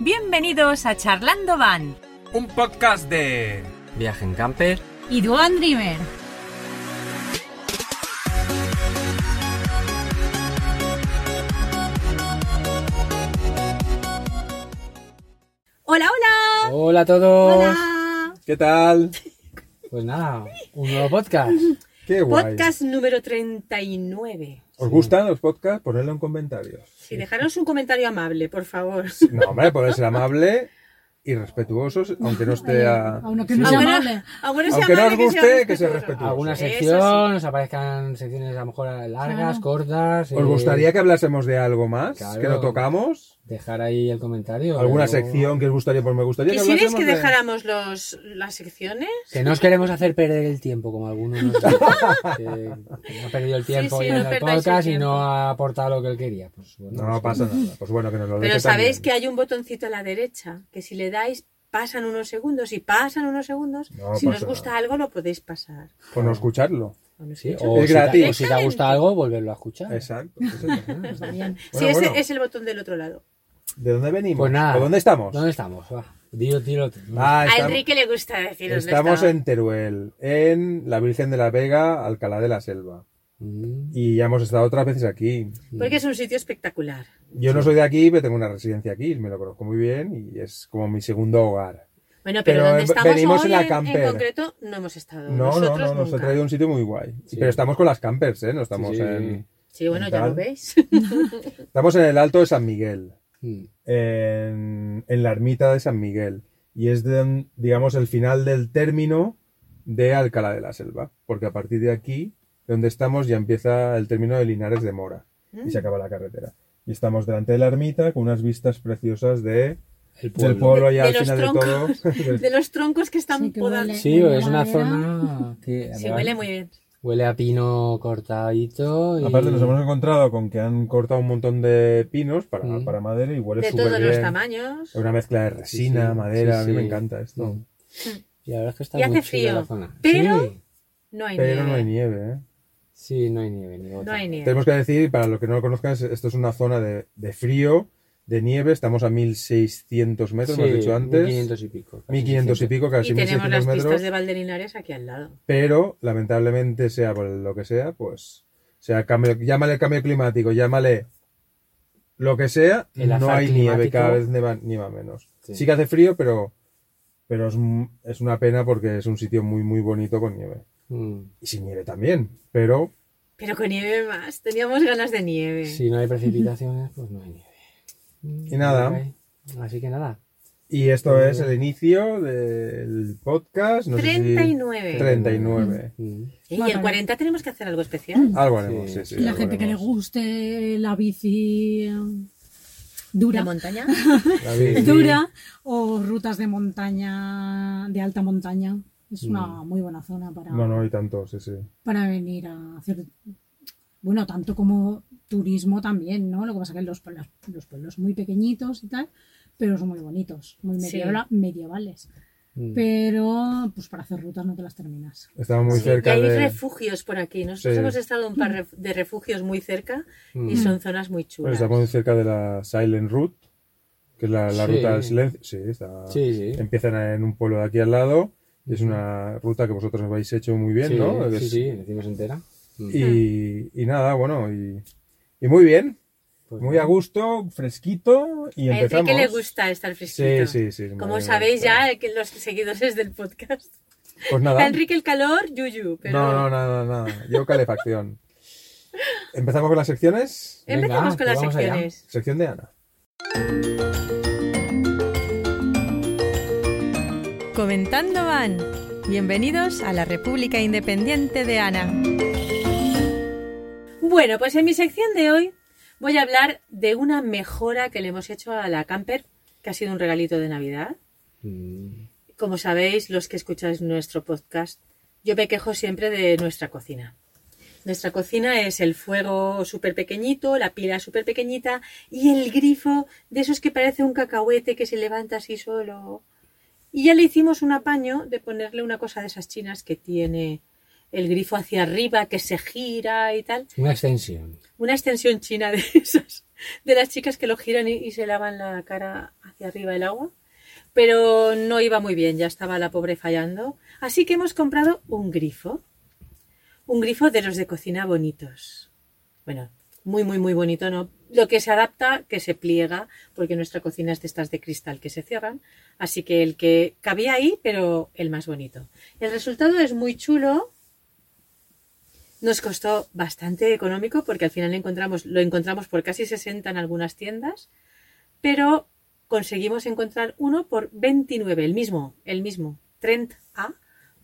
Bienvenidos a Charlando Van Un podcast de... Viaje en camper. y Duan Dreamer. Hola, hola. Hola a todos. Hola. ¿Qué tal? Pues nada, un nuevo podcast. Qué guay. Podcast número 39. ¿Os gustan los podcasts? Ponedlo en comentarios. Sí, dejaros un comentario amable, por favor. No, hombre, podéis ser amable y respetuosos, aunque no esté a... Aunque Sí. no sea Aunque no- amable. aunque no sea Aunque no os amable, sea guste, que sea respetuoso. respetuoso. Alguna Eso sección, nos aparezcan secciones a lo mejor largas, Claro. cortas. ¿Os eh, gustaría que hablásemos de algo más? Claro. ¿Que no tocamos? eh, Dejar ahí el comentario. ¿Alguna Luego- sección que os gustaría? Pues me gustaría ¿Y que si veis hablásemos que de- dejáramos los, las secciones? Que no os queremos hacer perder el tiempo, como algunos nos dicen, que ha perdido el tiempo sí, en no el perdáis el podcast y tiempo. no ha aportado lo que él quería. Pues, bueno, No, pasa nada. Pues bueno, que nos lo Pero sabéis que hay un botoncito a la derecha que si le dais pasan unos segundos y pasan unos segundos. No si nos pasa gusta nada. algo lo podéis pasar. Por Pues no escucharlo. ¿O no Sí, escuchas? o Es si te- gratis. o si te ha gustado algo, volverlo a escuchar. Exacto. Bueno, Sí, ese bueno. es el botón del otro lado. ¿De dónde venimos? Pues nada. ¿O dónde estamos? ¿Dónde estamos? Va, dilo, dilo. Ah, A estamos- Enrique le gusta decir dónde Estamos está. en Teruel, en la Virgen de la Vega, Alcalá de la Selva. Mm, Y ya hemos estado otras veces aquí. Porque es un sitio espectacular. Yo no soy de aquí, pero tengo una residencia aquí, me lo conozco muy bien y es como mi segundo hogar. Bueno, pero, Pero donde en- estamos venimos en hoy la en, en camper. concreto no hemos estado. No, no, Nosotros no, nos ha nunca. traído un sitio muy guay. Sí. Pero estamos con las campers, ¿eh? No estamos, Sí, sí. En... Sí, bueno, ¿Y ya tal? lo veis. estamos en el Alto de San Miguel, mm. en, en la ermita de San Miguel. Y es, de, digamos, el final del término de Alcalá de la Selva. Porque a partir de aquí, donde estamos, ya empieza el término de Linares de Mora. Y se Mm. acaba la carretera. Y estamos delante de la ermita con unas vistas preciosas de, El pueblo. del pueblo allá De- al de los final troncos. de todo. De los troncos que están Sí, que podando. huele. Sí, Huele es a una madera. zona que Sí, huele muy bien. huele a pino cortadito. Y... Aparte nos hemos encontrado con que han cortado un montón de pinos para, Mm. para madera y huele De súper todos bien. los tamaños. Es una mezcla de resina, Sí, sí, madera, sí, a mí me sí. encanta esto. Mm. Y la verdad es que está Y muy hace chula la frío, zona. pero- Sí. No hay Pero nieve. no hay nieve, ¿eh? Sí, no hay nieve. Ni gota. No hay nieve. Tenemos que decir, para los que no lo conozcan, es- esto es una zona de, de frío, de nieve, estamos a 1600 metros, Sí, lo has dicho antes. 1500 y pico. casi 1500 y pico, casi Y tenemos las 1600 pistas metros. de Valdelinares aquí al lado. Pero, lamentablemente, sea por lo que sea, pues, sea cambio- llámale cambio climático, llámale lo que sea, El no azar hay nieve, climático. cada vez nieva, nieva menos. Sí. Sí. que hace frío, pero, pero es, m- es una pena porque es un sitio muy, muy bonito con nieve. Mm. Y sin nieve también, pero Pero con nieve más. Teníamos ganas de nieve. Si no hay precipitaciones, pues no hay nieve. Mm, Y nada. ok. Así que nada. Y esto es el inicio del podcast. No sé si- 39. 39. Mm. Eh, Y Bueno, el bueno. 40 tenemos que hacer algo especial. Algo haremos, sí, sí. Sí. Y la algo gente que le haremos. guste la bici eh, dura, ¿La montaña? La bici. dura o rutas de montaña, de alta montaña. Es una muy buena zona para, No, no, y tanto, sí, sí. para venir a hacer, bueno, tanto como turismo también, ¿no? Lo que pasa que los, pueblos- los pueblos muy pequeñitos y tal, pero son muy bonitos, muy Sí. medieval- medievales. Mm. Pero, pues para hacer rutas no te las terminas. Estaba muy Sí, cerca y hay de. refugios por aquí. Nosotros Sí. hemos estado en un par ref- de refugios muy cerca y Mm. son zonas muy Bueno, chulas. estamos muy cerca de la Silent Route, que es la, la Sí. ruta del silencio. Sí, está. Sí, sí. Empiezan en un pueblo de aquí al lado. y es una ruta que vosotros habéis hecho muy bien, sí, ¿no? Sí, Es- sí, decimos entera. Mm. Ah. Y, y nada, bueno, y, y muy bien. Pues Muy a gusto, fresquito y A Enrique empezamos. le gusta estar Sí, fresquito. sí, sí. Como me sabéis gusta. ya, el que- los seguidores del podcast. Pues nada. A Enrique el calor, yuyu. Pero... No, no, nada, nada. Yo calefacción. Empezamos con las secciones. Empezamos con Venga, pues las vamos allá. secciones. Sección de Ana. Comentando van. Bienvenidos a la República Independiente de Ana. Bueno, pues en mi sección de hoy voy a hablar de una mejora que le hemos hecho a la camper, que ha sido un regalito de Navidad. Mm. Como sabéis, los que escucháis nuestro podcast, yo me quejo siempre de nuestra cocina. Nuestra cocina es el fuego súper pequeñito, la pila súper pequeñita y el grifo de esos que parece un cacahuete que se levanta así solo. Y ya le hicimos un apaño de ponerle una cosa de esas chinas que tiene el grifo hacia arriba, que se gira y tal. Una extensión. Una extensión china de esas. de las chicas que lo giran y, y se lavan la cara hacia arriba el agua. Pero no iba muy bien, ya estaba la pobre fallando. Así que hemos comprado un grifo. Un grifo de los de cocina bonitos. Bueno, muy, muy, muy bonito, ¿no? Lo que se adapta, que se pliega, porque nuestra cocina es de estas de cristal que se cierran. Así que el que cabía ahí, pero el más bonito. El resultado es muy chulo. Nos costó bastante económico porque al final encontramos, lo encontramos por casi 60 en algunas tiendas, pero conseguimos encontrar uno por 29, el mismo, el mismo, Trent A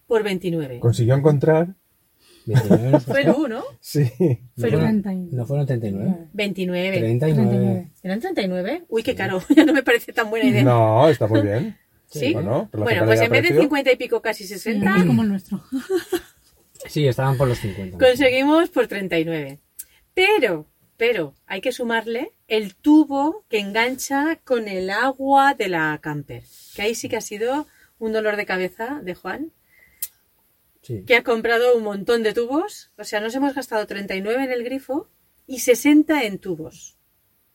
por 29. Consiguió encontrar. 29 no fue- Fue el uno, Sí. no Pero- fueron, 39. no fueron ¿eh? 39. 29. 39. ¿Eran 39? Uy, qué caro, ya no me parece tan buena idea. No, está muy bien. ¿Sí? Bueno, relación Bueno, pues en vez de calidad-precio. 50 y pico, casi Sí, 60, como el nuestro. Sí, estaban por los 50. Conseguimos por 39. Pero, pero, hay que sumarle el tubo que engancha con el agua de la camper. Que ahí sí que ha sido un dolor de cabeza de Juan, Sí. que ha comprado un montón de tubos. O sea, nos hemos gastado 39 en el grifo y 60 en tubos.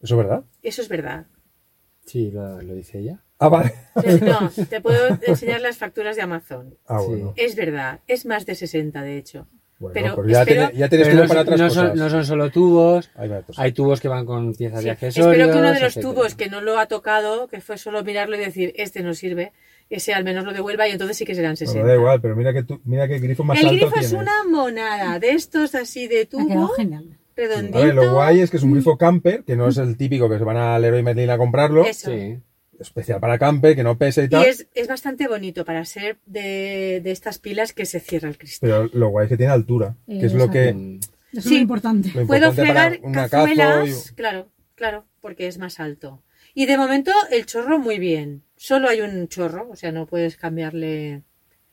Eso es verdad. Eso es verdad. Sí, lo, lo dice ella. Ah, vale. No, te puedo enseñar las facturas de Amazon. Ah, Sí. bueno. Es verdad, es más de 60 de hecho. Bueno, Pero pues ya, espero- tiene- ya tienes Pero tiempo no, para son- otras no cosas. son, no son solo tubos. Ahí va, entonces. Hay tubos que van con piezas Sí. de accesorios. Espero que uno de los etcétera. tubos que no lo ha tocado, que fue solo mirarlo y decir, este no sirve, ese al menos lo devuelva y entonces sí que serán Bueno, 60. da igual, pero mira que, tú- mira que grifo más el alto grifo tienes. es una monada, de estos así de Ha quedado tubo, genial. redondito. A ver, lo guay es que es un Mm. grifo camper, que no es el típico que se van al Leroy Merlin a comprarlo. Eso. Sí. Especial para camper, que no pesa y Y tal. es, es bastante bonito para ser de, de estas pilas que se cierra el cristal. Pero lo guay es que tiene altura, Eh, que es lo que... Mm. Eso es Sí. lo importante. Lo Puedo importante para fregar una cazo cazuelas, y- claro, claro, porque es más alto. Y de momento el chorro muy bien. Solo hay un chorro, o sea, no puedes cambiarle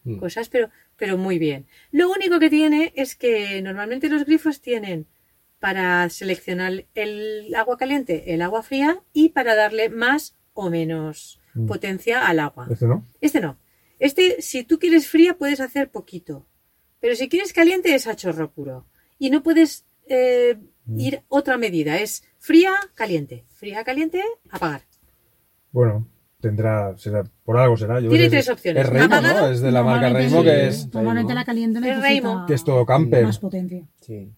Mm. cosas, pero, pero muy bien. Lo único que tiene es que normalmente los grifos tienen para seleccionar el agua caliente, el agua fría y para darle más o menos Mm. potencia al agua. Pues Este no. Este no. Este, si tú quieres fría, puedes hacer poquito. Pero si quieres caliente, es a chorro puro. Y no puedes eh, Mm. ir otra medida. Es fría, caliente. Fría, caliente, apagar. Bueno, tendrá, será, por algo será. Yo Tiene qué sé, tres es- opciones. Es Ah, Reimo, ¿no? Apagado. Es de la marca Normalmente Reimo, sí. que es, Normalmente la caliente Es Raimo. necesita que es todo camper. más potencia. Sí.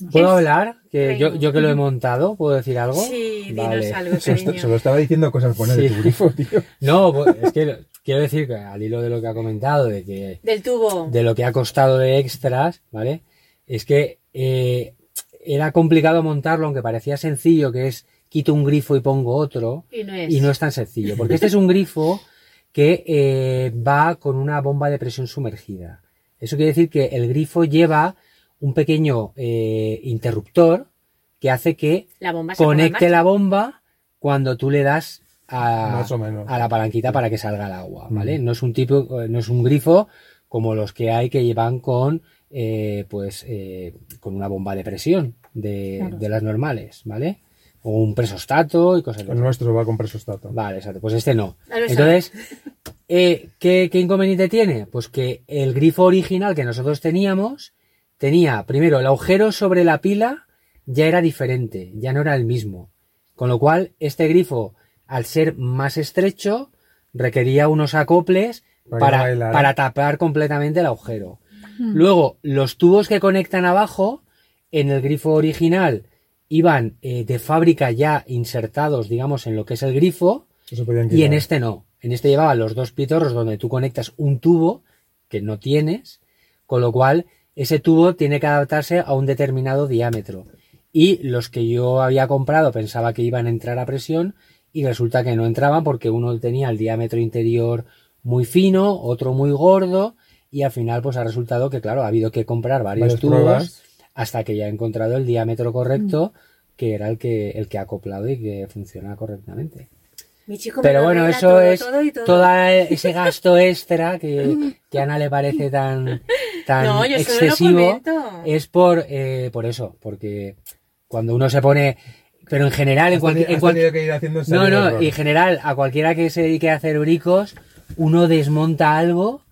No sé. ¿Puedo Es hablar? Que yo, reino. yo que lo he montado, ¿puedo decir algo? Sí, dinos Vale. algo, Se lo, se lo cariño. estaba diciendo cosas buenas de Sí. tu grifo, tío. No, pues, es que lo- quiero decir que al hilo de lo que ha comentado, de que Del tubo. de lo que ha costado de extras, ¿vale? Es que eh, era complicado montarlo, aunque parecía sencillo, que es quito un grifo y pongo otro, Y no es. y no es tan sencillo, porque este es un grifo que eh, va con una bomba de presión sumergida. Eso quiere decir que el grifo lleva un pequeño eh, interruptor que hace que La bomba se conecte pone en la bomba cuando tú le das a, Más o menos. a la palanquita para que salga el agua, ¿vale? No es un tipo, eh, no es un grifo como los que hay que llevan con eh, pues eh, con una bomba de presión de, Claro. de las normales, ¿vale? O un presostato y cosas de El nuestro va con presostato. Vale, exacto. Pues este no. Ah, no, exacto. Entonces, eh, ¿qué, qué inconveniente tiene? Pues que el grifo original que nosotros teníamos tenía, primero, el agujero sobre la pila ya era diferente, ya no era el mismo. Con lo cual, este grifo, al ser más estrecho, requería unos acoples Para que no para, bailara. para tapar completamente el agujero. Luego, los tubos que conectan abajo, en el grifo original, iban eh, de fábrica ya insertados, digamos, en lo que es el grifo, No se podían y en quitar. este no. En este llevaba los dos pitorros donde tú conectas un tubo que no tienes, con lo cual ese tubo tiene que adaptarse a un determinado diámetro. Y los que yo había comprado pensaba que iban a entrar a presión y resulta que no entraban porque uno tenía el diámetro interior muy fino, otro muy gordo y al final pues ha resultado que claro, ha habido que comprar varios Varias tubos pruebas. hasta que ya he encontrado el diámetro correcto que era el que, el que ha acoplado y que funciona correctamente. Mi chico me Pero lo bueno, arregla eso todo, es todo y todo. todo ese gasto extra que, que a Ana le parece tan, tan No, yo solo lo excesivo. comento. Es por, eh, por eso, porque cuando uno se pone. Pero en general, en Has tenido- cualquier. en has cual- tenido que ir haciendo No, ensayo y no, error. en general, a cualquiera que se dedique a hacer bricos, uno desmonta algo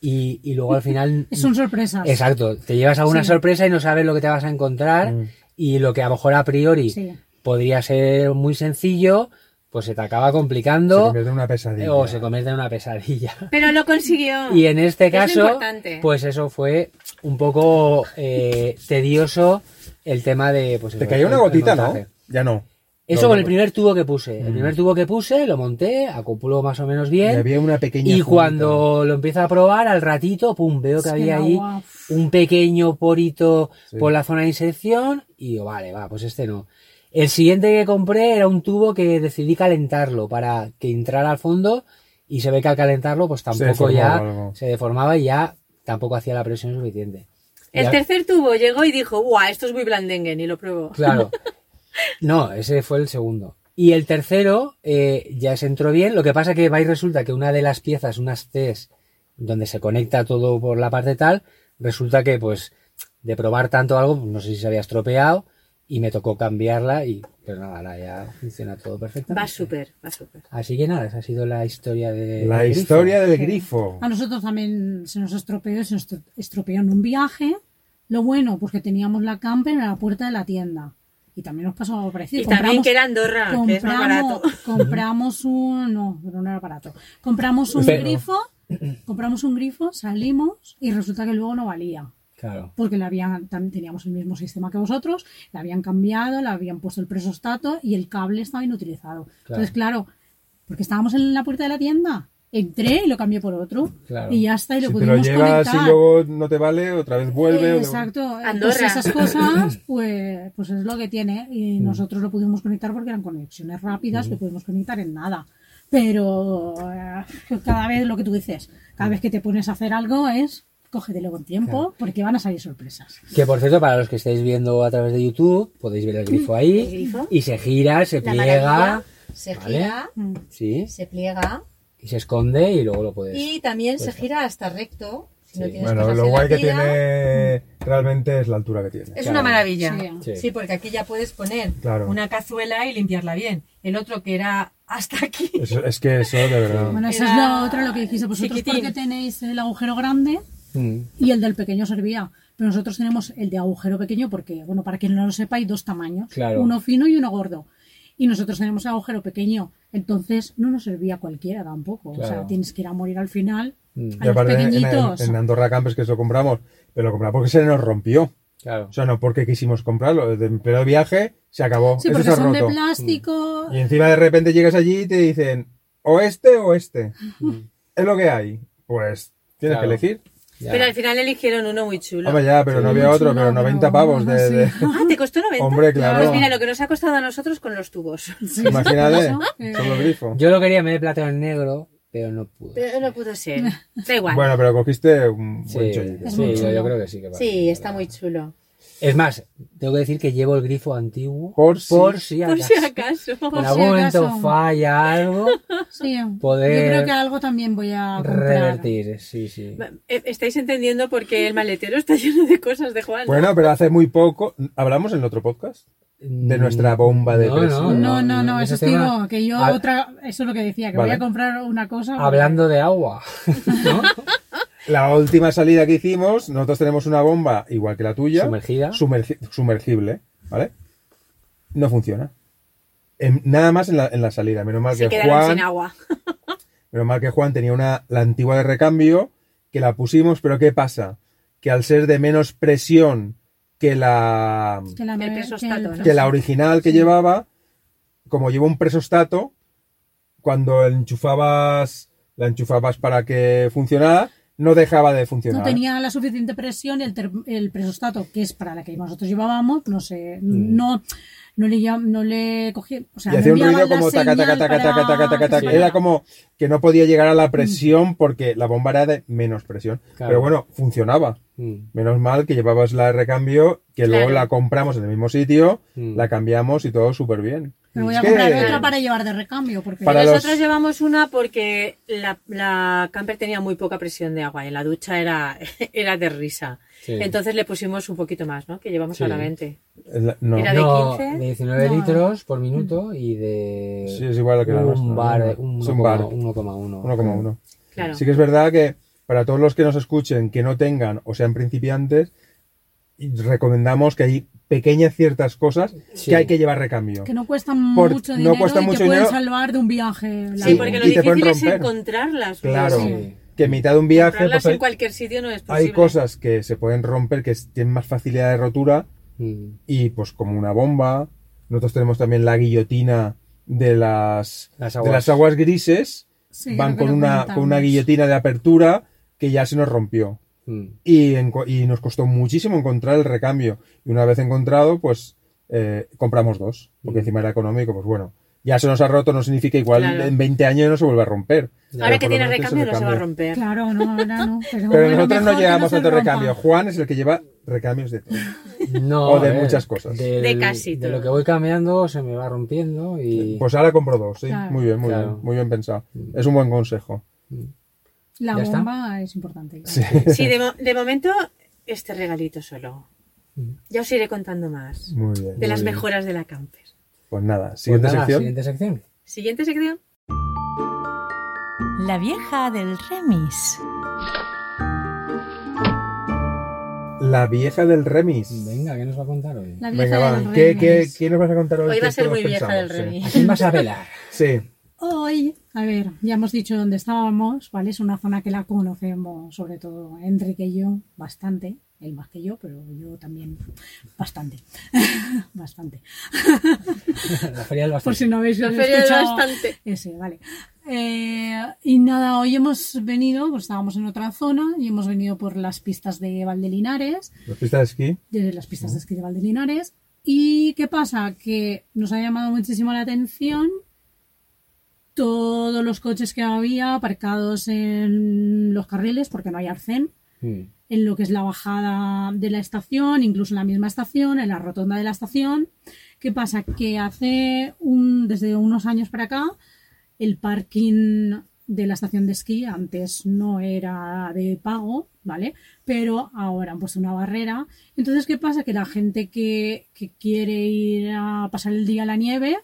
y, y luego al final. Son sorpresas. Exacto, te llevas a una Sí. sorpresa y no sabes lo que te vas a encontrar Mm. y lo que a lo mejor a priori Sí. podría ser muy sencillo, pues se te acaba Se complicando convierte en una eh, pesadilla. o se convierte en una pesadilla. Pero lo consiguió. Y en este Es lo caso, importante. pues eso fue un poco eh, tedioso el tema de... Pues Te eso, cayó una el- el gotita, ¿no? montaje. Ya no. Eso No, con no, el no. primer tubo que puse. El Mm. primer tubo que puse lo monté, acopló más o menos Y bien. había una pequeña. Y junta. cuando lo empiezo a probar, al ratito, pum, veo que Es que había el ahí agua, uf. un pequeño porito Sí. por la zona de inserción y digo, vale, va, pues este no. El siguiente que compré era un tubo que decidí calentarlo para que entrara al fondo y se ve que al calentarlo pues tampoco deformaba ya algo. se deformaba y ya tampoco hacía la presión suficiente. Y El al- tercer tubo llegó y dijo, ¡guau! Esto es muy blandengue, ni lo pruebo. Claro. No, ese fue el segundo. Y el tercero eh, ya se entró bien. Lo que pasa que va y resulta que una de las piezas, unas T's, donde se conecta todo por la parte tal, resulta que pues de probar tanto algo, no sé si se había estropeado y me tocó cambiarla y pero nada, ahora ya funciona todo perfectamente. Va súper, va súper. Así que nada, esa ha sido la historia de La del grifo. historia del grifo. Ah, A nosotros también se nos estropeó, se nos estropeó en un viaje. Lo bueno, pues que teníamos la camper en la puerta de la tienda. Y también nos pasó algo parecido. Y también Compramos- que era Andorra, que es más barato. compramos, compramos un no, pero no era barato. Compramos un Pero- grifo, compramos un grifo, salimos y resulta que luego no valía. Claro. Porque la habían, tam- teníamos el mismo sistema que vosotros, la habían cambiado, le habían puesto el presostato y el cable estaba inutilizado. Entonces, claro, porque estábamos en la puerta de la tienda, entré y lo cambié por otro. Claro. Y ya está, y lo Si te lo pudimos llevas conectar. y luego no te vale, otra vez vuelve. Eh, o- Exacto. Andorra. Entonces esas cosas, pues, pues es lo que tiene. Mm. Y nosotros lo pudimos conectar porque eran conexiones rápidas que pudimos conectar en nada. Pero eh, cada vez lo que tú dices, Mm. cada vez que te pones a hacer algo es cógetelo con tiempo porque van a salir sorpresas. Que por cierto, para los que estáis viendo a través de YouTube, podéis ver el grifo ahí. El grifo. Y se gira, se La pliega. maravilla se ¿vale? gira, Sí. se pliega y se esconde y luego lo puedes. y también se pues- gira hasta recto. Si no Sí. tienes Bueno, cosas lo en la guay que pila. tiene realmente es la altura que tiene. Es una maravilla. Sí. Sí. porque aquí ya puedes poner Claro. una cazuela y limpiarla bien. El otro que era hasta aquí. Eso- es que eso, de verdad. Bueno, eso es Era la otra, lo que dijiste vosotros, chiquitín. porque tenéis el agujero grande Mm. y el del pequeño servía. Pero nosotros tenemos el de agujero pequeño porque, bueno, para quien no lo sepa, hay dos tamaños. Claro. Uno fino y uno gordo. Y nosotros tenemos el agujero pequeño. Entonces no nos servía cualquiera tampoco. O Claro. sea, tienes que ir a morir al final. Mm. A Y los aparte en, en- pequeñitos. en Andorra Campes que lo compramos, pero lo compramos porque se nos rompió. Claro. O sea, no porque quisimos comprarlo. Desde el primer viaje se acabó. sí, Eso porque se ha son de roto. Mm. plástico. Y encima de repente llegas allí y te dicen o este o este. Es lo que hay. Pues tienes Claro. que elegir. Ya. Pero al final eligieron uno muy chulo. Hombre, ya, pero no Sí, había otro, chulo, pero pero 90 pavos bueno, de. sí. de- Ah, ¿te costó 90? Hombre, claro. Pues mira, lo que nos ha costado a nosotros con los tubos. Imagínate, Eso, eh. solo grifo. Yo lo quería en vez de plátano en negro, pero no pude. Pero no pudo ser. Da igual. Bueno, pero cogiste un Sí, buen chollito. Es sí, muy yo, chulo. yo creo que sí que vale. sí, está muy chulo. Es más, tengo que decir que llevo el grifo antiguo Por si- Por acaso. si acaso. En si algún acaso. momento falla algo, Sí. Poder Yo creo que algo también voy a comprar. revertir. Sí, sí. Eh, ¿Estáis entendiendo por qué el maletero está lleno de cosas de Juan? Bueno, pero hace muy poco. ¿Hablamos en otro podcast? De nuestra bomba de No, presión. No, no, no, ese eso es tema- digo, que yo Hab- otra, eso es lo que decía, que Vale. voy a comprar una cosa. Hablando de agua. ¿no? La última salida que hicimos, nosotros tenemos una bomba igual que la tuya. Sumergida. sumergi- sumergible, ¿vale? No funciona. En- nada más en la, en la salida. Menos mal, se que quedaron Juan, sin agua. menos mal que Juan tenía una, la antigua de recambio, que la pusimos, pero ¿qué pasa? Que al ser de menos presión que la, Que la, El que el presostato, ¿no? que la original que llevaba, como lleva un presostato, cuando enchufabas, la enchufabas para que funcionara, no dejaba de funcionar. no tenía la suficiente presión el, ter- el presostato, que es para la que nosotros llevábamos, no sé, no, no le llam- no le cogía, o sea, Mm. y no hacía un enviaban ruido la como taca, taca, señal taca, para- taca, taca, taca, taca. para- Mm. Era como que no podía llegar a la presión porque la bomba era de menos presión. Claro. Pero bueno, funcionaba. Mm, Menos mal que llevabas la de recambio, que luego Claro. la compramos en el mismo sitio, Mm. la cambiamos y todo súper bien. Pero voy a Es que- comprar otra para llevar de recambio, porque Para los- Nosotros llevamos una porque la, la camper tenía muy poca presión de agua y en la ducha era, era de risa. sí. Entonces le pusimos un poquito más, ¿no? Que llevamos Sí. ahora 20. Es la- no. Mira, de No, 15. de 19 No. ¿eh? litros por minuto y de Sí, es igual que la nuestra, un bar, ¿no? un Es un bar. 1,1. 1,1. Claro. Sí que es verdad que para todos los que nos escuchen que no tengan o sean principiantes, y recomendamos que hay pequeñas ciertas cosas Sí. que hay que llevar recambio. Que no cuestan Por- mucho no dinero cuesta y mucho te pueden dinero. salvar de un viaje. Sí, Sí, largo. porque lo y te pueden difícil es romper. encontrarlas. ¿no? Claro, Sí. que en mitad de un viaje Encontrarlas pues, en hay, cualquier sitio no es posible. hay cosas que se pueden romper, que s- tienen más facilidad de rotura, Mm. y pues como una bomba. Nosotros tenemos también la guillotina de las, Las de aguas. las aguas grises. Sí, Van creo que con lo una, con una comentamos. guillotina de apertura que ya se nos rompió. Mm. Y, enco- y nos costó muchísimo encontrar el recambio. Y una vez encontrado, pues eh, compramos dos, Mm. porque encima era económico, pues bueno. Ya se nos ha roto, no significa igual Claro. en 20 años no se vuelve a romper. Ahora que Pero por lo tiene menos recambio no se va a recambia. romper. Claro, no, ahora no. Pero, Pero bueno, nosotros mejor no que llevamos se tanto rompa. recambio. Juan es el que lleva recambios de todo. No, O de a muchas cosas. del- De casi De todo. lo que voy cambiando se me va rompiendo y Pues ahora compro dos, sí. Claro. Muy bien, muy Claro. Mm. bien. Muy bien pensado. Es un buen consejo. La Ya está. bomba es importante. claro. Sí, de, mo- de momento, este regalito solo. Ya os iré contando más Mm. Muy bien. de las mejoras de la camper. Pues nada, siguiente Pues nada, sección. Siguiente sección. Siguiente sección. La vieja del remis. La vieja del remis. Venga, ¿qué nos va a contar hoy? La vieja Venga, va. del ¿Qué, Remis. qué, ¿Qué nos vas a contar hoy? Hoy va a que ser todos muy vieja del pensamos? Sí. Remy. ¿A quién vas a velar? Sí. Hoy, a ver, ya hemos dicho dónde estábamos, ¿vale? Es una zona que la conocemos, sobre todo Enrique y yo, bastante. Él más que yo, pero yo también bastante. bastante. La feria del Por bastante. si no habéis La feria del escuchado bastante. Ese, vale. Eh, y nada, hoy hemos venido, pues estábamos en otra zona y hemos venido por las pistas de Valdelinares, Las pistas de esquí. de las pistas de esquí de Valdelinares. ¿Y qué pasa? Que nos ha llamado muchísimo la atención todos los coches que había aparcados en los carriles, porque no hay arcén, Mm. en lo que es la bajada de la estación, incluso en la misma estación, en la rotonda de la estación. ¿Qué pasa? Que hace un, desde unos años para acá, el parking de la estación de esquí antes no era de pago, ¿vale? Pero ahora han puesto una barrera. Entonces, ¿qué pasa? Que la gente que, que quiere ir a pasar el día a la nieve,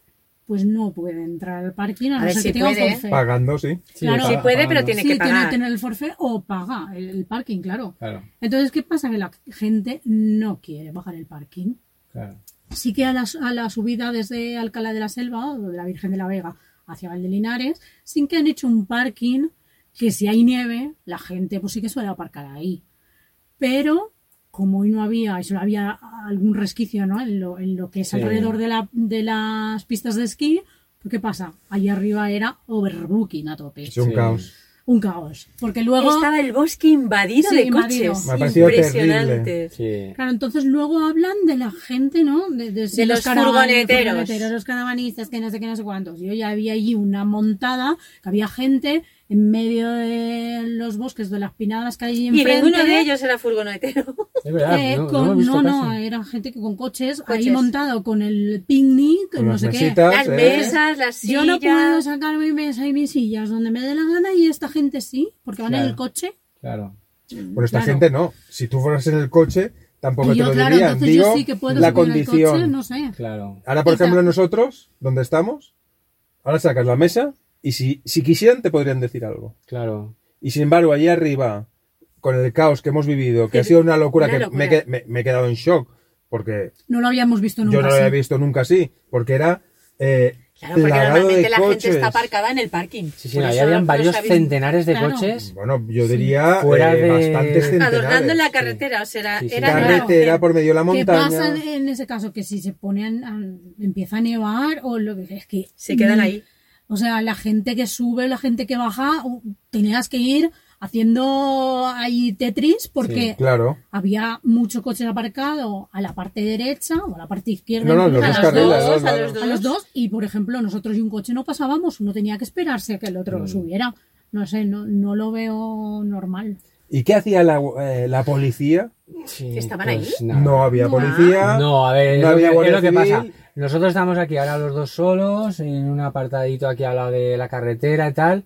pues no puede entrar al parking a, A no ver ser si que tenga un puede, ¿eh? forfait. Pagando, sí. Claro. paga- Sí puede, pero pagando. tiene- Sí, que tiene pagar. que tener el forfait o paga el, el parking, claro. Claro, Entonces, ¿qué pasa? Que la gente no quiere bajar el parking. claro. Sí que a la, a la subida desde Alcalá de la Selva, o de la Virgen de la Vega, hacia Valdelinares, sin que han hecho un parking que si hay nieve, la gente pues sí que suele aparcar ahí. Pero, como hoy no había, y solo había algún resquicio ¿no? en, lo, en lo que es Sí. alrededor de, la- de las pistas de esquí, pues, ¿qué pasa? Allí arriba era overbooking a tope. Es un Sí. caos. Un caos. Porque luego... Estaba el bosque invadido Sí, de invadido. coches. Me ha parecido Impresionantes. Sí. Claro, entonces luego hablan de la gente, ¿no? De, De los caravanes, furgoneteros. Los caravanistas, que no sé qué, no sé cuántos. Yo ya había allí una montada, que había gente en medio de los bosques, de las pinadas que hay allí Y enfrente. ninguno de ellos era furgonetero. Es verdad. eh, no, con- no, hemos visto no, eh. no, casi. era gente que con coches, ahí Coches. montado con el picnic, Con no las sé qué. mesitas, Las ¿eh? mesas, las sillas. Yo no puedo sacar mi mesa y mis sillas donde me dé la gana y esta gente sí, porque van en el Claro. coche. Claro. Bueno, esta Claro. gente no. Si tú fueras en el coche, tampoco y te yo, lo claro, dirían. entonces Digo, yo sí que puedo la subir al condición. coche, no sé. Claro. Ahora, por Esta- ejemplo, nosotros, donde estamos, ahora sacas la mesa y si, si quisieran te podrían decir algo. Claro. Y sin embargo, allí arriba, con el caos que hemos vivido, que ha sido una locura, Una que locura. Me, he que- me- me he quedado en shock, porque No lo habíamos visto nunca. yo no lo había así. visto nunca así, porque era eh, Claro, porque plagado normalmente de la gente coches. está aparcada en el parking. Sí, sí, Por ahí eso habían no varios sabéis- centenares de Claro. coches. Bueno, yo diría Fuera eh, de- bastantes centenares. Adornando la carretera, o sea, Sí, sí. era Carretera por medio de la ¿Qué montaña. pasa en- en ese caso? Que si se ponen, a- empieza a nevar o lo que es que... mm, Se quedan ahí. O sea, la gente que sube, la gente que baja, u- tenías que ir haciendo ahí Tetris porque Sí, Claro. había mucho coche aparcado a la parte derecha o a la parte izquierda. No, no, incluso los a dos las carriles. dos. dos, a claro. los dos. A los dos y, por ejemplo, nosotros y un coche no pasábamos, uno tenía que esperarse a que el otro Mm. lo subiera. No sé, no, no lo veo normal. ¿Y qué hacía la, eh, la policía? Sí, ¿Estaban pues ahí? nada. No había policía. No, a ver, No es, había lo que, Guardia es lo que pasa. Civil. Nosotros estamos aquí ahora los dos solos, en un apartadito aquí a la de la carretera y tal.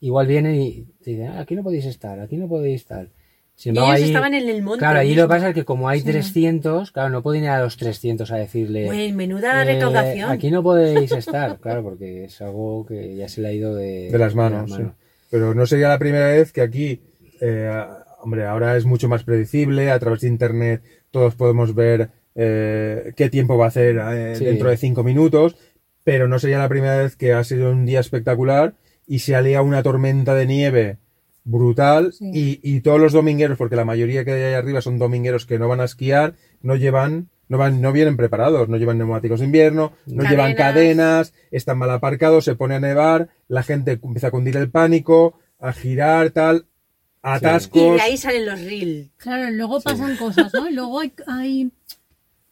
Igual vienen y te dicen, "Ah, aquí no podéis estar, aquí no podéis estar. Sin Y embargo, ellos ahí- estaban en el monte. Claro, allí mismo. lo que pasa es que como hay 300, claro, no pueden ir a los 300 a decirle... Güey, menuda "Eh, recaudación. Aquí no podéis estar, claro, porque es algo que ya se le ha ido de, De las manos. sí. Pero no sería la primera vez que aquí, eh, hombre, ahora es mucho más predecible, a través de Internet todos podemos ver eh, qué tiempo va a hacer eh, Sí. dentro de cinco minutos, pero no sería la primera vez que ha sido un día espectacular y se alía una tormenta de nieve brutal Sí. y, y todos los domingueros, porque la mayoría que hay ahí arriba son domingueros que no van a esquiar, no llevan, no van, no vienen preparados, no llevan neumáticos de invierno, no Cadenas. llevan cadenas, están mal aparcados, se pone a nevar, la gente empieza a cundir el pánico, a girar, tal, atascos. Y de ahí salen los reels. Claro, luego pasan cosas, ¿no? Y luego hay, hay,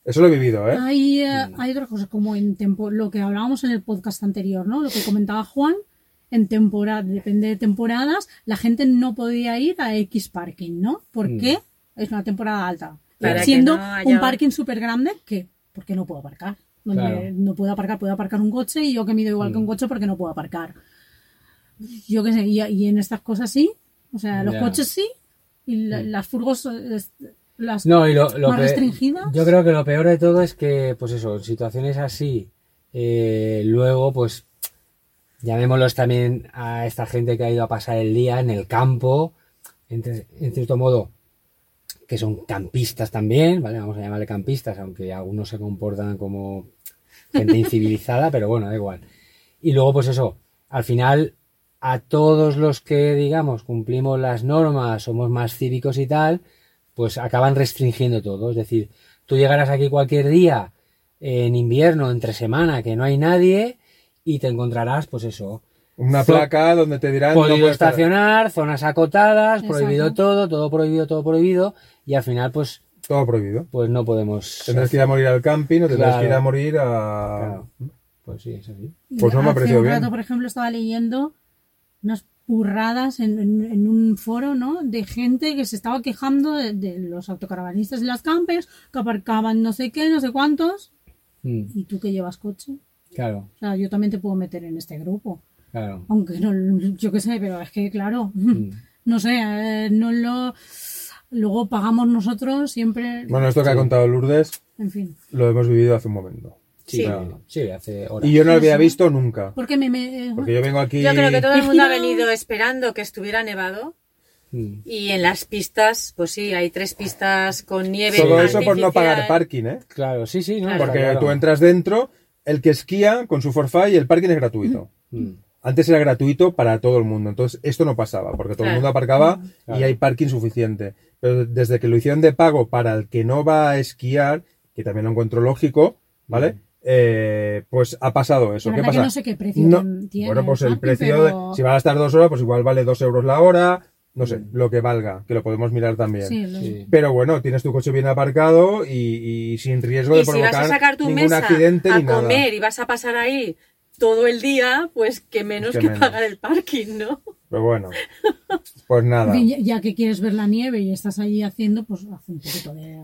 Eso lo he vivido, ¿eh? hay, eh, hay otras cosas como en tempo, lo que hablábamos en el podcast anterior, ¿no? Lo que comentaba Juan, en temporada, depende de temporadas, la gente no podía ir a X parking, ¿no? Mm. Porque es una temporada alta. Para que Siendo no haya- un parking súper grande que, porque no puedo aparcar. Donde Claro. Mm. no puedo aparcar, puedo aparcar un coche y yo que mido igual que un coche porque no puedo aparcar. Yo qué sé, y, y en estas cosas sí, o sea, los Ya. Mm. coches sí, y la- las furgos, eh, es- las No, y lo, lo más pe- restringidas. Yo creo que lo peor de todo es que, pues eso, en situaciones así, eh, luego, pues, llamémoslos también a esta gente que ha ido a pasar el día en el campo, en, ce- en cierto modo, que son campistas también, ¿vale? Vamos a llamarle campistas, aunque algunos se comportan como gente incivilizada, pero bueno, da igual. Y luego, pues eso, al final, a todos los que, digamos, cumplimos las normas, somos más cívicos y tal, pues acaban restringiendo todo. Es decir, tú llegarás aquí cualquier día, eh, en invierno, entre semana, que no hay nadie, y te encontrarás, pues eso, Una Zo- placa donde te dirán... no prohibido puedes parar. estacionar, zonas acotadas, Exacto. prohibido todo, todo prohibido, todo prohibido, y al final, pues, Todo prohibido. pues no podemos. Tendrás que ir a morir al camping o tendrás Claro. que ir a morir a... Claro. Pues sí, es así. Pues no me ha Hace parecido un bien. rato, por ejemplo, estaba leyendo unas burradas en, en- en un foro, ¿no? De gente que se estaba quejando de, de los autocaravanistas y las campers que aparcaban no sé qué, no sé cuántos. Mm, ¿Y tú que llevas coche? claro, O sea, yo también te puedo meter en este grupo. claro. Aunque no, yo qué sé, pero es que, claro, Mm. no sé, eh, no lo... Luego pagamos nosotros siempre, Bueno, esto que ha contado Lourdes en fin. lo hemos vivido hace un momento. Sí, Sí. claro. sí, hace horas. Y yo no lo había visto nunca. Porque me... me- eh, Porque yo vengo aquí... Yo creo que todo el Es mundo ha que no- venido esperando que estuviera nevado. Mm, Y en las pistas, pues sí, hay tres pistas con nieve. Todo eso por no artificial. pagar parking, ¿eh? Claro, sí, sí, no, Claro. Porque claro. tú entras dentro, el que esquía con su forfait y el parking es gratuito. Mm, Antes era gratuito para todo el mundo, entonces esto no pasaba, porque todo el Claro. mundo aparcaba y Mm. Claro. hay parking suficiente. Pero desde que lo hicieron de pago para el que no va a esquiar, que también lo encuentro lógico, ¿vale? Mm. Eh, pues ha pasado eso. La ¿Qué verdad que pasa? no sé qué precio ten- tiene Bueno, pues el el parking, precio, pero- de- si vas a estar dos horas, pues igual vale dos euros la hora, no Mm. sé, lo que valga, que lo podemos mirar también. Sí, lo- sí. Pero bueno, tienes tu coche bien aparcado y, y sin riesgo de Y si provocar vas a sacar tu ningún mesa accidente a ni nada. comer y vas a pasar ahí todo el día, pues que menos Que que, menos. pagar el parking, ¿no? Pero bueno, pues nada. En fin, ya- ya que quieres ver la nieve y estás allí haciendo, pues hace un poquito de...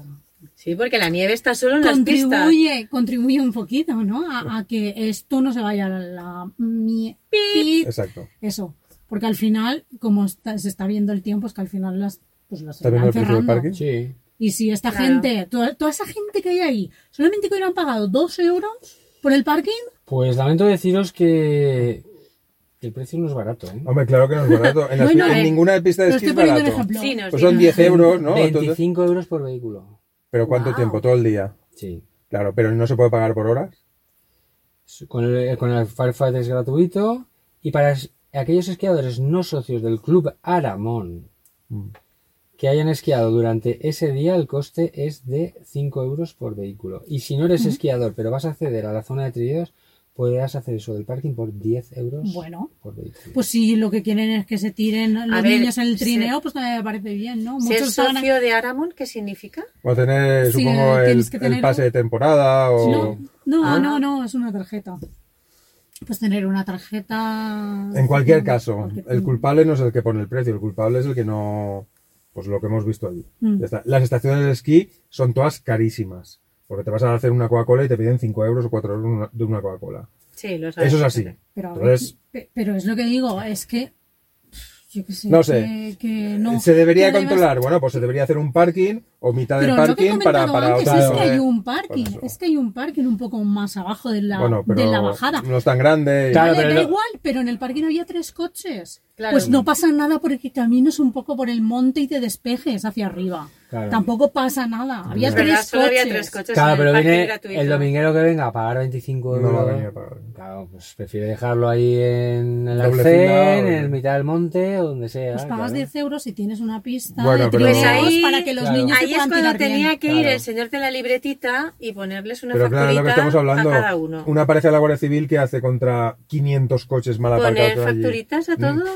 Sí, porque la nieve está solo en las pistas. Contribuye, contribuye un poquito, ¿no? A, a que esto no se vaya a la mie- pip. Exacto. Eso, porque al final, como está- se está viendo el tiempo, es que al final las pues las ¿Está viendo están el precio del cerrando. parking? Sí. Y si esta Claro. gente, toda, toda esa gente que hay ahí, solamente que hubieran pagado dos euros por el parking, Pues lamento deciros que el precio no es barato, ¿eh? Hombre, claro que no es barato. En, las- Bueno, en eh, ninguna pista de lo esquí estoy es poniendo en barato. ejemplo. Sí, nos Pues son dijo. 10 euros, ¿no? Entonces- 25 euros por vehículo. pero ¿cuánto Wow. tiempo? Todo el día. Sí. Claro, pero no se puede pagar por horas. Con el, con el Firefight es gratuito. Y para es- aquellos esquiadores no socios del Club Aramón Mm. que hayan esquiado durante ese día, el coste es de 5 euros por vehículo. Y si no eres esquiador, pero vas a acceder a la zona de trillos, podrás hacer eso del parking por 10 euros bueno, por vehículo. pues si lo que quieren es que se tiren los ver, niños en el se- trineo, pues también me parece bien, ¿no? Ser estaban- socio de Aramon, ¿qué significa? O tener, Sí, supongo, el, tienes que el tener- pase de temporada o... No, no, Ah. no, no, es una tarjeta. Pues tener una tarjeta. En cualquier caso, Cualquier- el culpable no es el que pone el precio, el culpable es el que no... Pues lo que hemos visto allí. Mm. Ya está. Las estaciones de esquí son todas carísimas. Porque te vas a hacer una Coca-Cola y te piden 5 euros o 4 euros una- de una Coca-Cola. Sí, lo sabes. Eso es así. Pero, Entonces- pe- pero es lo que digo, es que. Yo qué sé. No sé. Que, que no. eh, se debería que además- controlar. Bueno, pues se debería hacer un parking o mitad del Pero lo que he parking para, comentado para antes otro, es que ¿eh? hay un parking, Por eso. es que hay un parking un poco más abajo de la, bueno, pero de la bajada. no es tan grande. y- Claro, Vale, pero da lo- igual, pero en el parking había tres coches. Claro. Pues no pasa nada porque caminas un poco por el monte y te despejes hacia arriba. Claro. Tampoco pasa nada. Había Es verdad, tres solo había coches. tres coches. Claro, en pero el parking viene gratuito. el dominguero que venga a pagar 25 No euros. va a venir a pagar. Claro, pues prefiero dejarlo ahí en el Doble arcén, fila, o- en el mitad del monte, o donde sea. Pues pagas claro. 10 euros si tienes una pista Bueno, de pero- trineos Pues ahí- para que los Claro. niños se Ahí es puedan cuando tirar bien. tenía que ir Claro. el señor de la libretita y ponerles una Pero claro, es lo que facturita estamos hablando. a cada uno. Una pareja de la Guardia Civil que hace contra 500 coches mal aparcados. Poner por allí. facturitas a todos.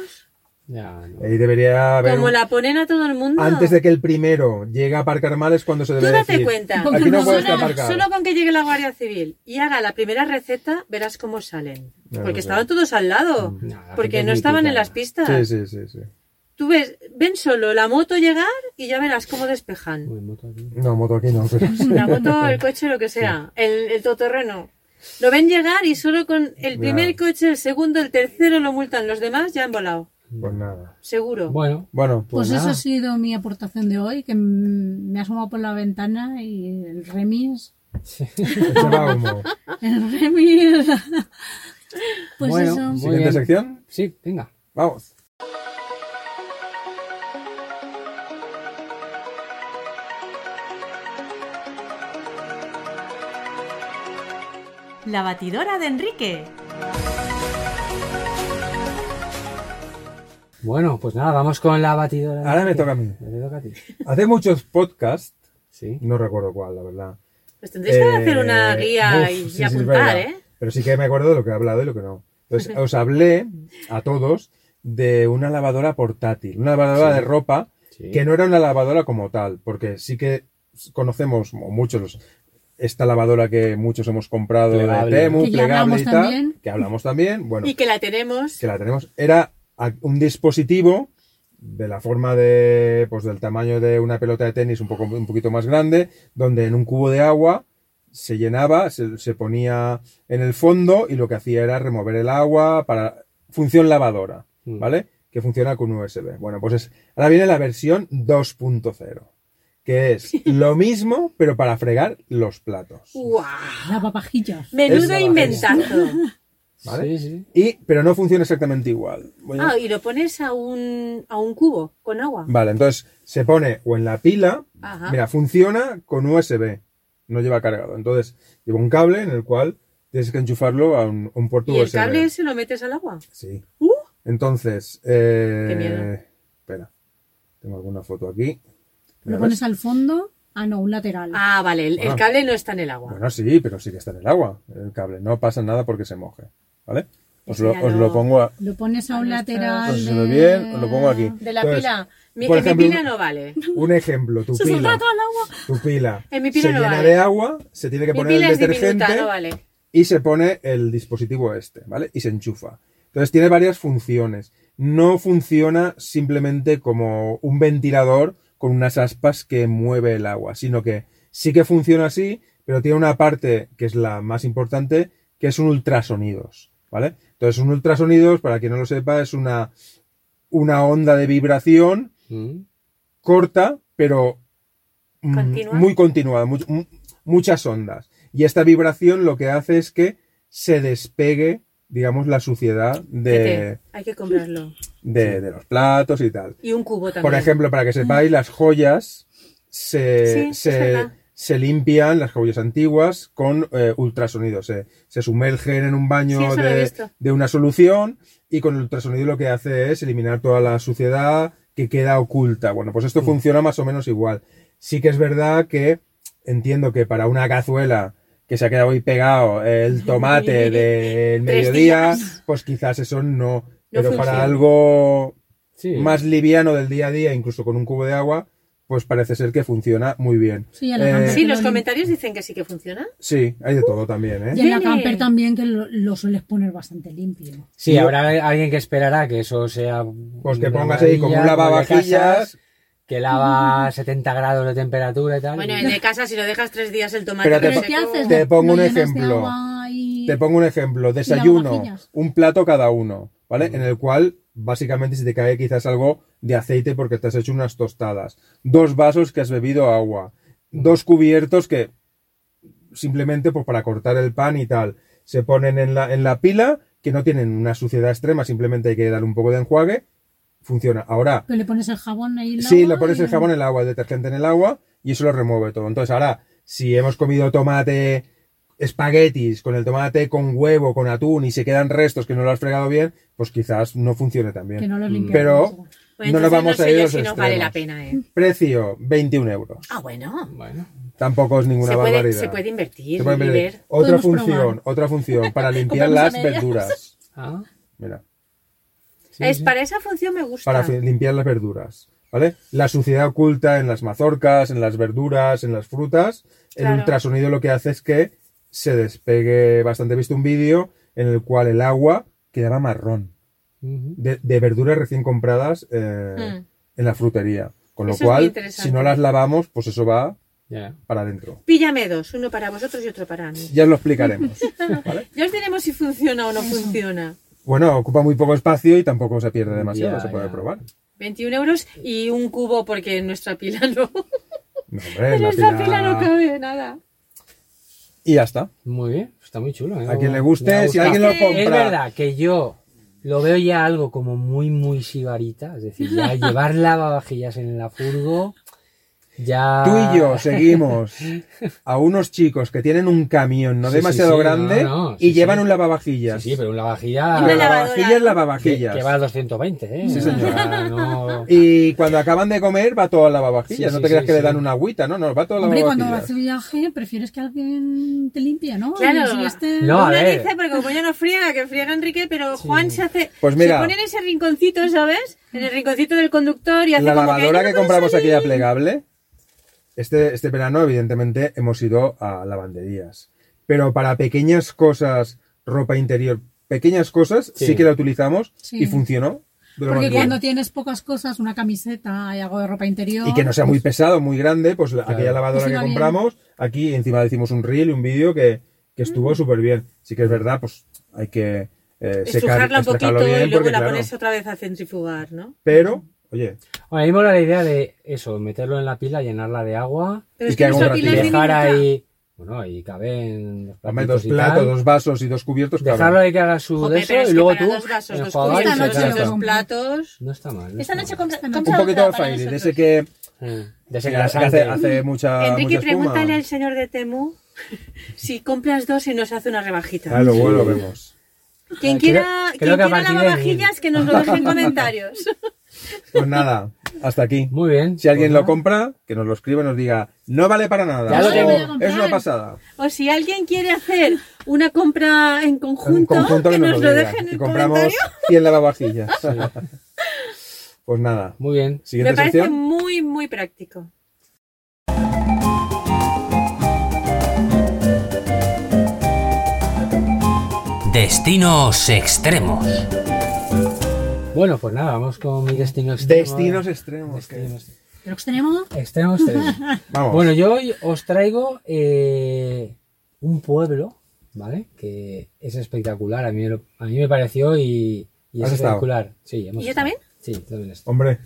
Ya, no. Ahí debería haber. Como un- la ponen a todo el mundo. Antes de que el primero llegue a aparcar mal es cuando se Tú debe date decir. cuenta. Con Aquí no que puedes solo- aparcar. Solo con que llegue la Guardia Civil y haga la primera receta, verás cómo salen. Claro, Porque claro. estaban todos al lado. No, la gente Porque es no muy estaban en picada. las pistas. Mm. Sí, sí, sí, sí. Tú ves, ven solo la moto llegar y ya verás cómo despejan. Uy, moto aquí. No, moto aquí no. pero- La moto, el coche, lo que sea. El, el todoterreno. Lo ven llegar y solo con el primer Ya. coche, el segundo, el tercero lo multan. Los demás ya han volado. Pues nada. Seguro. Bueno, Bueno, Pues, Pues eso nada. ha sido mi aportación de hoy, que mm, me ha asomado por la ventana y el remis. se va humo. Ah. El remis. Pues Bueno, eso. Muy Siguiente bien. sección. sí, venga. Vamos. La batidora de Enrique. Bueno, pues nada, vamos con la batidora. Ahora me toca a mí. Me te toca a ti. Hace muchos podcasts, Sí. no recuerdo cuál, la verdad. Pues tendréis que Eh, hacer una guía uf, y, y sí, sí, es apuntar, verdad. ¿eh? Pero sí que me acuerdo de lo que he hablado y lo que no. Entonces, os hablé a todos de una lavadora portátil, una lavadora Sí. de ropa, Sí. que no era una lavadora como tal, porque sí que conocemos o muchos esta lavadora que muchos hemos comprado Plegable. de Temu, Que ya plegable y hablamos tal, también. que hablamos también, bueno, Y que la tenemos. que la tenemos, era a- un dispositivo de la forma de, pues del tamaño de una pelota de tenis un poco, un poquito más grande, donde en un cubo de agua se llenaba, se, se ponía en el fondo y lo que hacía era remover el agua para función lavadora, Mm. ¿vale? Que funciona con USB. Bueno, pues es, ahora viene la versión 2.0, que es lo mismo, pero para fregar los platos, ¡Guau! La papajilla. Menudo la inventazo. ¿vale? Sí, sí. Y, pero no funciona exactamente igual. Voy a- Ah, y lo pones a un, a un cubo con agua. Vale, entonces se pone o en la pila. Ajá. Mm, Mira, funciona con USB. No lleva cargado. Entonces, lleva un cable en el cual tienes que enchufarlo a un, un puerto y el USB. cable ese lo metes al agua. Sí. ¡Uh! Entonces, eh... Qué miedo. Espera. Tengo alguna foto aquí. Lo Mira, pones ¿ves? al fondo. Ah, no, un lateral. Ah, vale, el, el Ah. cable no está en el agua. Bueno, sí, pero sí que está en el agua. El cable. No pasa nada porque se moje. ¿Vale? Os lo, os lo Enséñalo. pongo a... Lo pones a Ahí un está. lateral. Pues se ve de- bien, os lo pongo aquí. de la Entonces, pila. Mi, por en mi ejemplo, pila no vale. Un ejemplo, tu Se soltaba pila. todo el agua. Tu pila. En mi pila se no llena vale. de agua, se tiene que Mi poner pila el es detergente. diminuta, no vale. y se pone el dispositivo este, ¿vale? Y se enchufa. Entonces tiene varias funciones. No funciona simplemente como un ventilador con unas aspas que mueve el agua, sino que sí que funciona así, pero tiene una parte que es la más importante, que es un ultrasonidos, ¿vale? Entonces un ultrasonidos, para quien no lo sepa, es una, una onda de vibración Mm. corta, pero mm, Continua. muy continuada, mu- mu- muchas ondas. Y esta vibración lo que hace es que se despegue, digamos, la suciedad de, Tete, Hay que comprarlo. de- de los platos y tal. Y un cubo también. Mm. Por ejemplo, para que sepáis, las joyas se, Sí, es se, verdad. se limpian, las joyas antiguas, con eh, ultrasonido. Se, se sumergen en un Sí, baño eso lo he de, visto. de una solución y con el ultrasonido lo que hace es eliminar toda la suciedad que queda oculta. Bueno, pues esto funciona más o menos igual. Sí que es verdad que entiendo que para una cazuela que se ha quedado ahí pegado el tomate del Tres mediodía, días. pues quizás eso no. Pero para funciona. algo Sí. más liviano del día a día, incluso con un cubo de agua, pues parece ser que funciona muy bien. Sí, y en la Eh, camper Sí, que los lo lim- comentarios dicen que sí que funciona. Sí, hay de todo también, ¿eh? Y en la Bien. camper también que lo, lo sueles poner bastante limpio. Sí, Yo- habrá alguien que esperará que eso sea. Pues que una pongas ahí como un maravilla, lavavajillas. Que lava a 70 grados de temperatura y tal. Bueno, y- en el de casa, si lo dejas tres días el tomate Pero te no po- seco, ¿qué haces? te ¿Lo- pongo lo un llenas de ejemplo. agua y- Te pongo un ejemplo, desayuno, lavavajillas. un plato cada uno, ¿vale? En el cual básicamente se te cae quizás algo de aceite porque te has hecho unas tostadas, dos vasos que has bebido agua, dos cubiertos que simplemente pues para cortar el pan y tal, se ponen en la, en la pila que no tienen una suciedad extrema, simplemente hay que dar un poco de enjuague funciona. Ahora, Que le pones el jabón ahí. en Sí, agua le pones y- el jabón en el agua, el detergente en el agua y eso lo remueve todo. Entonces ahora, si hemos comido tomate, espaguetis con el tomate con huevo, con atún y se quedan restos que no lo has fregado bien, pues quizás no funcione tan bien. Que no lo limpias. Pero Bueno, no nos entonces vamos no a sé ir yo a los si nos vale la extremos. pena, ¿eh? Precio, 21 euros. Ah, bueno. Bueno, Tampoco es ninguna Se puede, barbaridad. se puede invertir, Se puede ver. Oliver. Otra Podemos función, probar. otra función, para limpiar Compramos a las medias. verduras. ah, Mira. sí, es, sí. Para esa función me gusta. para fi- limpiar las verduras, ¿vale? La suciedad oculta en las mazorcas, en las verduras, en las frutas. El Claro. ultrasonido lo que hace es que se despegue bastante. He visto un vídeo en el cual el agua quedaba marrón Ujú. de, de verduras recién compradas eh, en la frutería. Con Hmm. Eso lo es muy cual, interesante. si no las lavamos, pues eso va Ya. para adentro. Píllame dos, uno para vosotros y otro para mí. Ya os lo explicaremos. ¿vale? Ya os diremos si funciona o no funciona. Bueno, ocupa muy poco espacio y tampoco se pierde demasiado, Ya, se puede ya. probar. 21 euros y un cubo porque en nuestra pila no. No, hombre, En la nuestra pila- pila no cabe nada. Y ya está. Muy bien, está muy chulo. ¿eh? A quien le guste, Me ha si gustado. alguien lo Es compra. verdad que yo lo veo ya algo como muy, muy sibarita. Es decir, ya llevar lavavajillas en la furgo, ya... Tú y yo seguimos a unos chicos que tienen un camión no Sí, sí, demasiado sí, grande no, no, y sí, llevan sí. un lavavajillas. Sí, sí, pero un lavavajilla... Una Pero lavavajillas lavavajillas, lavavajillas. que, que va a 220, ¿eh? Sí, señora. O sea, no- Y cuando acaban de comer va todo al lavavajillas. Sí, no sí, te creas sí, que le sí. dan una agüita, no, no, va todo al Hombre, cuando lavavajillas. vas de viaje, prefieres que alguien te limpie, ¿no? Claro. Y si este- No, a Una ver. dice, porque como ya no friega, que friega Enrique, pero Juan se hace. Pues mira. Se pone en ese rinconcito, ¿sabes? En el rinconcito del conductor y hace La como lavadora "Ay, que, no puedo compramos salir". aquí de plegable, este, este verano evidentemente hemos ido a lavanderías. Pero para pequeñas cosas, ropa interior, pequeñas cosas, sí, Sí. que la utilizamos Sí. y funcionó. de lo Porque más bien. cuando tienes pocas cosas, una camiseta y algo de ropa interior. y que no sea muy pesado, muy grande, pues la- Claro. aquella lavadora Pues que iba bien. compramos, aquí encima hicimos un reel, un vídeo que, que estuvo Mm. súper bien. Sí que es verdad, pues hay que eh, secar, Estrujarla un estrujarlo poquito y bien, luego porque la claro, pones otra vez a centrifugar, ¿no? pero, oye, Bueno, a mí me mola la idea de eso, meterlo en la pila, llenarla de agua Pero Y es que que haga un nuestra y pila ratito. es dejar diminuta. ahí... Bueno, y caben los dame platitos dos y tal. platos, dos vasos y dos cubiertos, claro. Dejarlo ahí que haga su Jope, de pero es eso y que ¿eh? luego para tú dos vasos, lo dos juegas y cubiertos, Esta se noche trata. lo dos platos. No está mal. Esta no está noche mal. compra- Un compra Un poquito otra de para Fairy, de ese nosotros. que, Eh, que Mm. hace, desengrasante. hace mucha, Enrique, mucha espuma. pregúntale al señor de Temu si compras dos y nos hace una rebajita. Claro, luego lo vemos. Quien Ah, creo- quiera, creo quien que a quiera partir de lavavajillas, que nos lo deje en comentarios. Pues nada, hasta aquí. Muy bien. Si alguien Pues lo compra, que nos lo escriba y nos diga, no vale para nada. Ya lo o, tengo. es una pasada. O si alguien quiere hacer una compra en conjunto, un conjunto que nos lo diga. dejen en y el compramos comentario. 100 lavavajillas. pues nada, Muy bien. Me siguiente parece sección. muy, muy práctico. Destinos extremos. Bueno, pues nada, vamos con mi destino extremo. Destinos extremos. que- Destinos- Pero extremo. extremos extremos. Vamos. bueno, yo hoy os traigo eh, un pueblo, ¿vale? Que es espectacular. A mí, me lo- a mí me pareció y, y es ¿Has estado? espectacular. Sí, hemos ¿Y yo estado. también? Sí, también estoy. Hombre,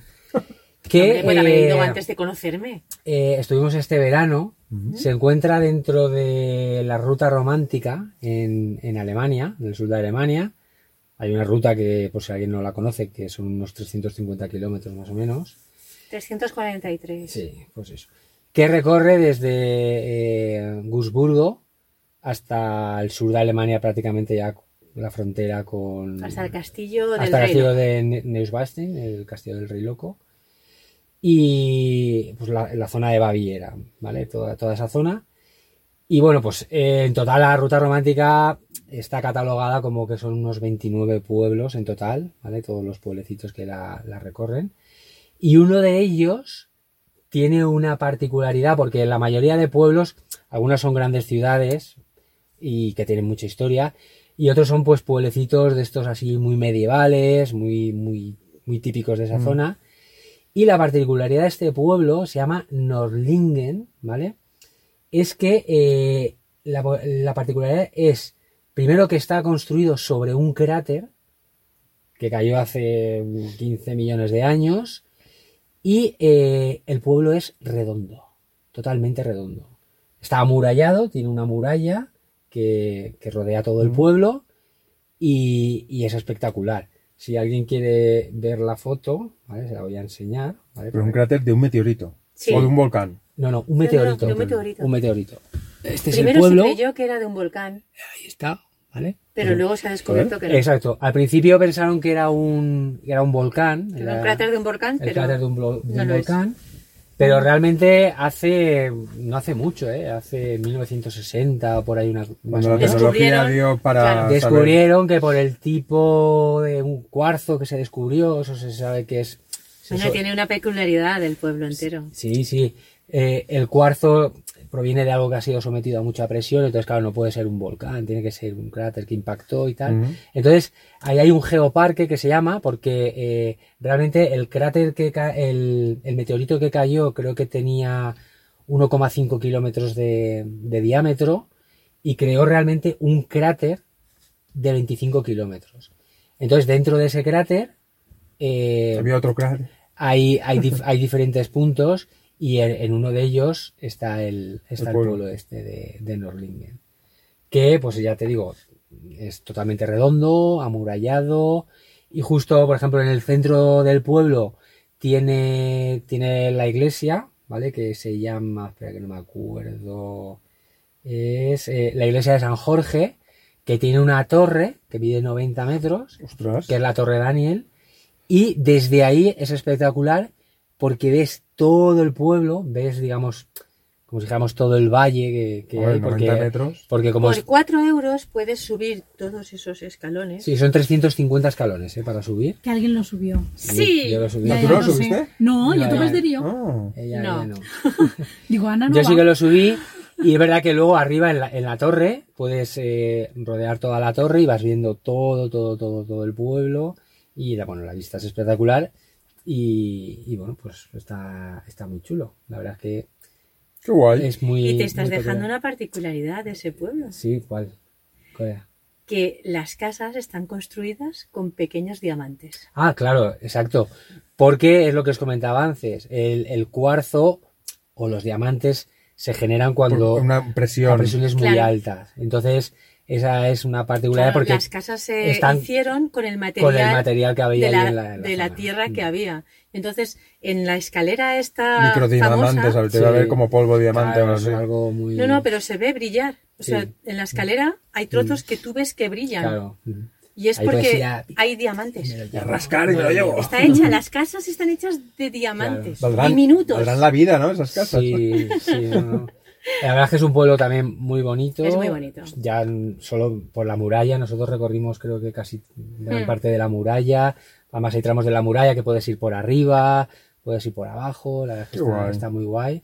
Que Hombre, pues por haber eh, ido antes de conocerme. eh, estuvimos este verano. Se encuentra dentro de la ruta romántica en, en Alemania, en el sur de Alemania. Hay una ruta que, por si alguien no la conoce, que son unos 350 kilómetros más o menos. 343. Sí, pues eso. Que recorre desde eh, Gusburgo hasta el sur de Alemania, prácticamente ya la frontera con. Hasta el castillo del hasta el rey. castillo de Ne- Neuschwanstein, el castillo del rey loco. Y pues la, la zona de Baviera, ¿vale? Toda, toda esa zona. Y bueno, pues eh, en total la ruta romántica está catalogada como que son unos 29 pueblos en total, ¿vale? Todos los pueblecitos que la, la recorren. Y uno de ellos tiene una particularidad, porque la mayoría de pueblos, algunas son grandes ciudades y que tienen mucha historia, y otros son pues pueblecitos de estos así muy medievales, muy, muy, muy típicos de esa zona. Y la particularidad de este pueblo se llama Norlingen, ¿vale? es que eh, la, la particularidad es, primero que está construido sobre un cráter que cayó hace 15 millones de años y eh, el pueblo es redondo, totalmente redondo. Está amurallado, tiene una Mm. muralla que, que rodea todo el pueblo y, y es espectacular. Si alguien quiere ver la foto, ¿vale? Se la voy a enseñar. ¿vale? Pero un cráter de un meteorito. Sí. O de un volcán. No, no, un no, meteorito. de un meteorito. Un meteorito. Este es el Primero se pueblo. creyó que era de un volcán, Ahí está, ¿vale? pero luego se ha descubierto que era Exacto. Al principio pensaron que era un, que era un volcán. era era un cráter de un volcán, el pero cráter de un, blo- de no un lo es. volcán. Pero realmente hace, no hace mucho, ¿eh? hace 1960 o por ahí una... más Cuando o la menos. tecnología Descubrieron- dio para. claro. saber- Descubrieron que por el tipo de un cuarzo que se descubrió, eso se sabe que es... se bueno, so- tiene una peculiaridad del pueblo entero. Sí, sí. Eh, el cuarzo proviene de algo que ha sido sometido a mucha presión, entonces claro, no puede ser un volcán, tiene que ser un cráter que impactó y tal. Ujú. Entonces, ahí hay un geoparque que se llama, porque eh, realmente el cráter que ca- el, el meteorito que cayó creo que tenía 1,5 kilómetros de, de diámetro y creó realmente un cráter de 25 kilómetros. Entonces, dentro de ese cráter... eh, Había otro cráter. hay, hay, dif- hay diferentes puntos y en, en uno de ellos está el, El está el pueblo. pueblo. este de, de Norlingen. Que, pues ya te digo, es totalmente redondo, amurallado y justo, por ejemplo, en el centro del pueblo tiene, tiene la iglesia, ¿vale? Que se llama, espera que no me acuerdo, es eh, la iglesia de San Jorge, que tiene una torre que mide 90 metros Ostras. que es la Torre Daniel. Y desde ahí es espectacular porque ves todo el pueblo, ves, digamos, como si dijéramos todo el valle que, que Hombre, hay, 90 porque, metros. porque como Por es- 4 euros puedes subir todos esos escalones. sí, son 350 escalones ¿eh? para subir. Que alguien lo subió. Sí. Yo lo subí. Ya, Ya, ¿Tú ya, lo no sé. subiste? No, Ya, yo te ya. pasé yo. Ah. Ella- No. ella no. Digo, Ana no Yo va. sí que lo subí y es verdad que luego arriba en la, en la torre puedes eh, rodear toda la torre y vas viendo todo, todo, todo, todo el pueblo y la, bueno, la vista es espectacular y, y, bueno, pues está, está muy chulo. La verdad es que Qué guay. es muy... Y te estás muy dejando peculiar. una particularidad de ese pueblo, Sí, ¿cuál? ¿Cuál era? que las casas están construidas con pequeños diamantes. Ah, claro, exacto. Porque es lo que os comentaba antes. El, el cuarzo o los diamantes se generan Por cuando una la presión. presión es muy Claro. alta. Entonces, esa es una particularidad Claro, porque las casas se están hicieron con el material, con el material que había de ahí la, en la, en la de la zona. tierra que Mm. había. Entonces, en la escalera esta Microdiamantes, famosa, ¿sabes? Te va a Sí. ver como polvo diamante Claro, o algo es así. algo muy... no, no, pero se ve brillar. O Sí. Mm. sea, en la escalera hay trozos que tú ves que brillan. Claro. Mm. Y es Ahí porque parecía- hay diamantes. Me lo Y a llevo. rascar y me lo llevo. Está hecha, las casas están hechas de diamantes, Valdrán, diminutos. valdrán la vida, ¿no? Esas casas. Sí, sí, no, no. La verdad es que es un pueblo también muy bonito. Es muy bonito. Ya mm, solo por la muralla, nosotros recorrimos creo que casi gran Hmm. parte de la muralla. Además hay tramos de la muralla que puedes ir por arriba, puedes ir por abajo, la verdad es que Qué está, guay. está muy guay.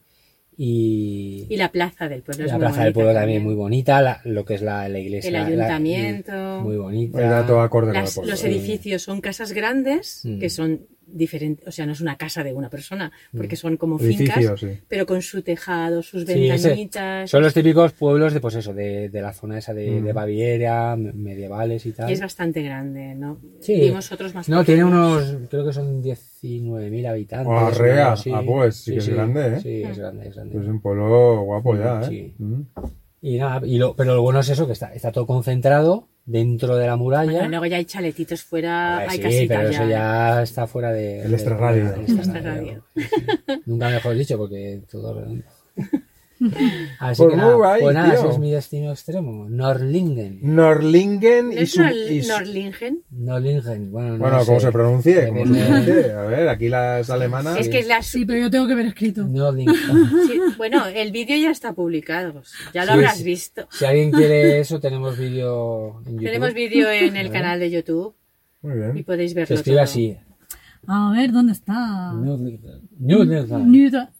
Y, Y la plaza del pueblo es la muy plaza del bonita pueblo también muy bonita, la- lo que es la, la iglesia. El la- ayuntamiento. muy bonita. Era Pues todo acorde Las- con el los pueblo. edificios son casas grandes, Mm. que son diferentes, o sea, no es una casa de una persona, porque son como Edificios, fincas, sí. pero con su tejado, sus Mm. Sí, ese- ventanitas. son los típicos pueblos de pues eso, de, de la zona esa de, Mm. de Baviera, me- medievales y tal. y es bastante grande, ¿no? Sí. Vimos otros más No, tiene pequeños. unos, creo que son 19.000 habitantes. Ah, ¿no? rea. Sí. Ah, pues, sí que es grande, ¿eh? Pues, em, Sí, es grande, es Es grande. un pueblo guapo ya, ¿eh? Sí. Mm. Y nada, y lo, pero lo bueno es eso, que está, está todo concentrado dentro de la muralla. Bueno, luego ya hay chaletitos fuera, Ah, hay sí, casitas pero eso ya. ya está fuera de... El de- extrarradio. del El extrarradio. Sí, sí. Nunca mejor dicho, porque todo redondo. Así Pues muy que nada, guay, pues nada, tío. ese es mi destino extremo. Norlingen. Norlingen ¿No y es su... Nor- y su- Norlingen? Norlingen, bueno, no Bueno, lo como sé. se pronuncie, como se Depende. pronuncie. A ver, aquí las alemanas... Es que es la... Sí, pero yo tengo que ver escrito. Norlingen. sí, bueno, el vídeo ya está publicado, ya lo Sí, habrás sí. visto. Si alguien quiere eso, tenemos vídeo en YouTube. Tenemos vídeo en el Vale. canal de YouTube Muy y bien. podéis verlo Se escribe todo. así. A ver, ¿dónde Ah. está? Nürnberg. Nürnberg.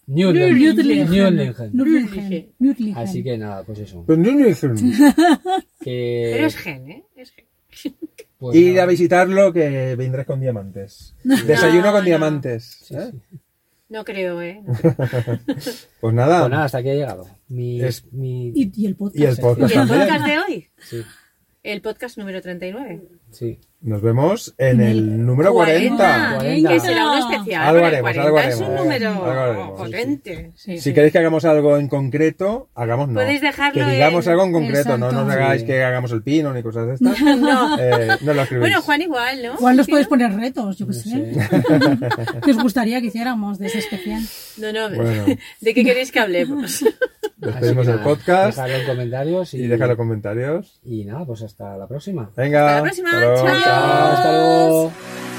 Newt- Nürnberg. Newtlingen. Nürnberg. Newtlingen. Newtlingen. Así que nada, pues eso. Pues Norlingen. Pero Que, es gen, ¿eh? Es gen. pues Ir nada. a visitarlo que vendrás con diamantes. Desayuno con no. diamantes. ¿eh? No creo, ¿eh? No creo. Pues nada. Pues nada, hasta aquí he llegado. Mi, Es- mi- Y, y el podcast. ¿eh? Y el podcast ¿Y el también. podcast de hoy? Sí, El podcast número 39. sí. Nos vemos en el número 40. 40, que será un especial. Algo pero el haremos, 40 algo es un haremos. número Algo haremos, sí, potente. Sí, Si sí. queréis que hagamos algo en concreto, hagámoslo. Podéis dejarlo Que digamos en- algo en concreto, no Exacto. nos hagáis que hagamos el pino ni cosas de estas. No. Eh, no lo escribís. Bueno, Juan igual, ¿no? Igual nos Sí, podéis ¿no? poner retos, yo qué sé. ¿Qué os gustaría que hiciéramos de ese especial? No, no, Bueno. ¿de qué queréis que hablemos? Despedimos Así que el nada, podcast Dejadlo en comentarios y, y dejad los comentarios. y nada, pues hasta la próxima. Hasta Venga. la próxima, luego, chao. Hasta luego.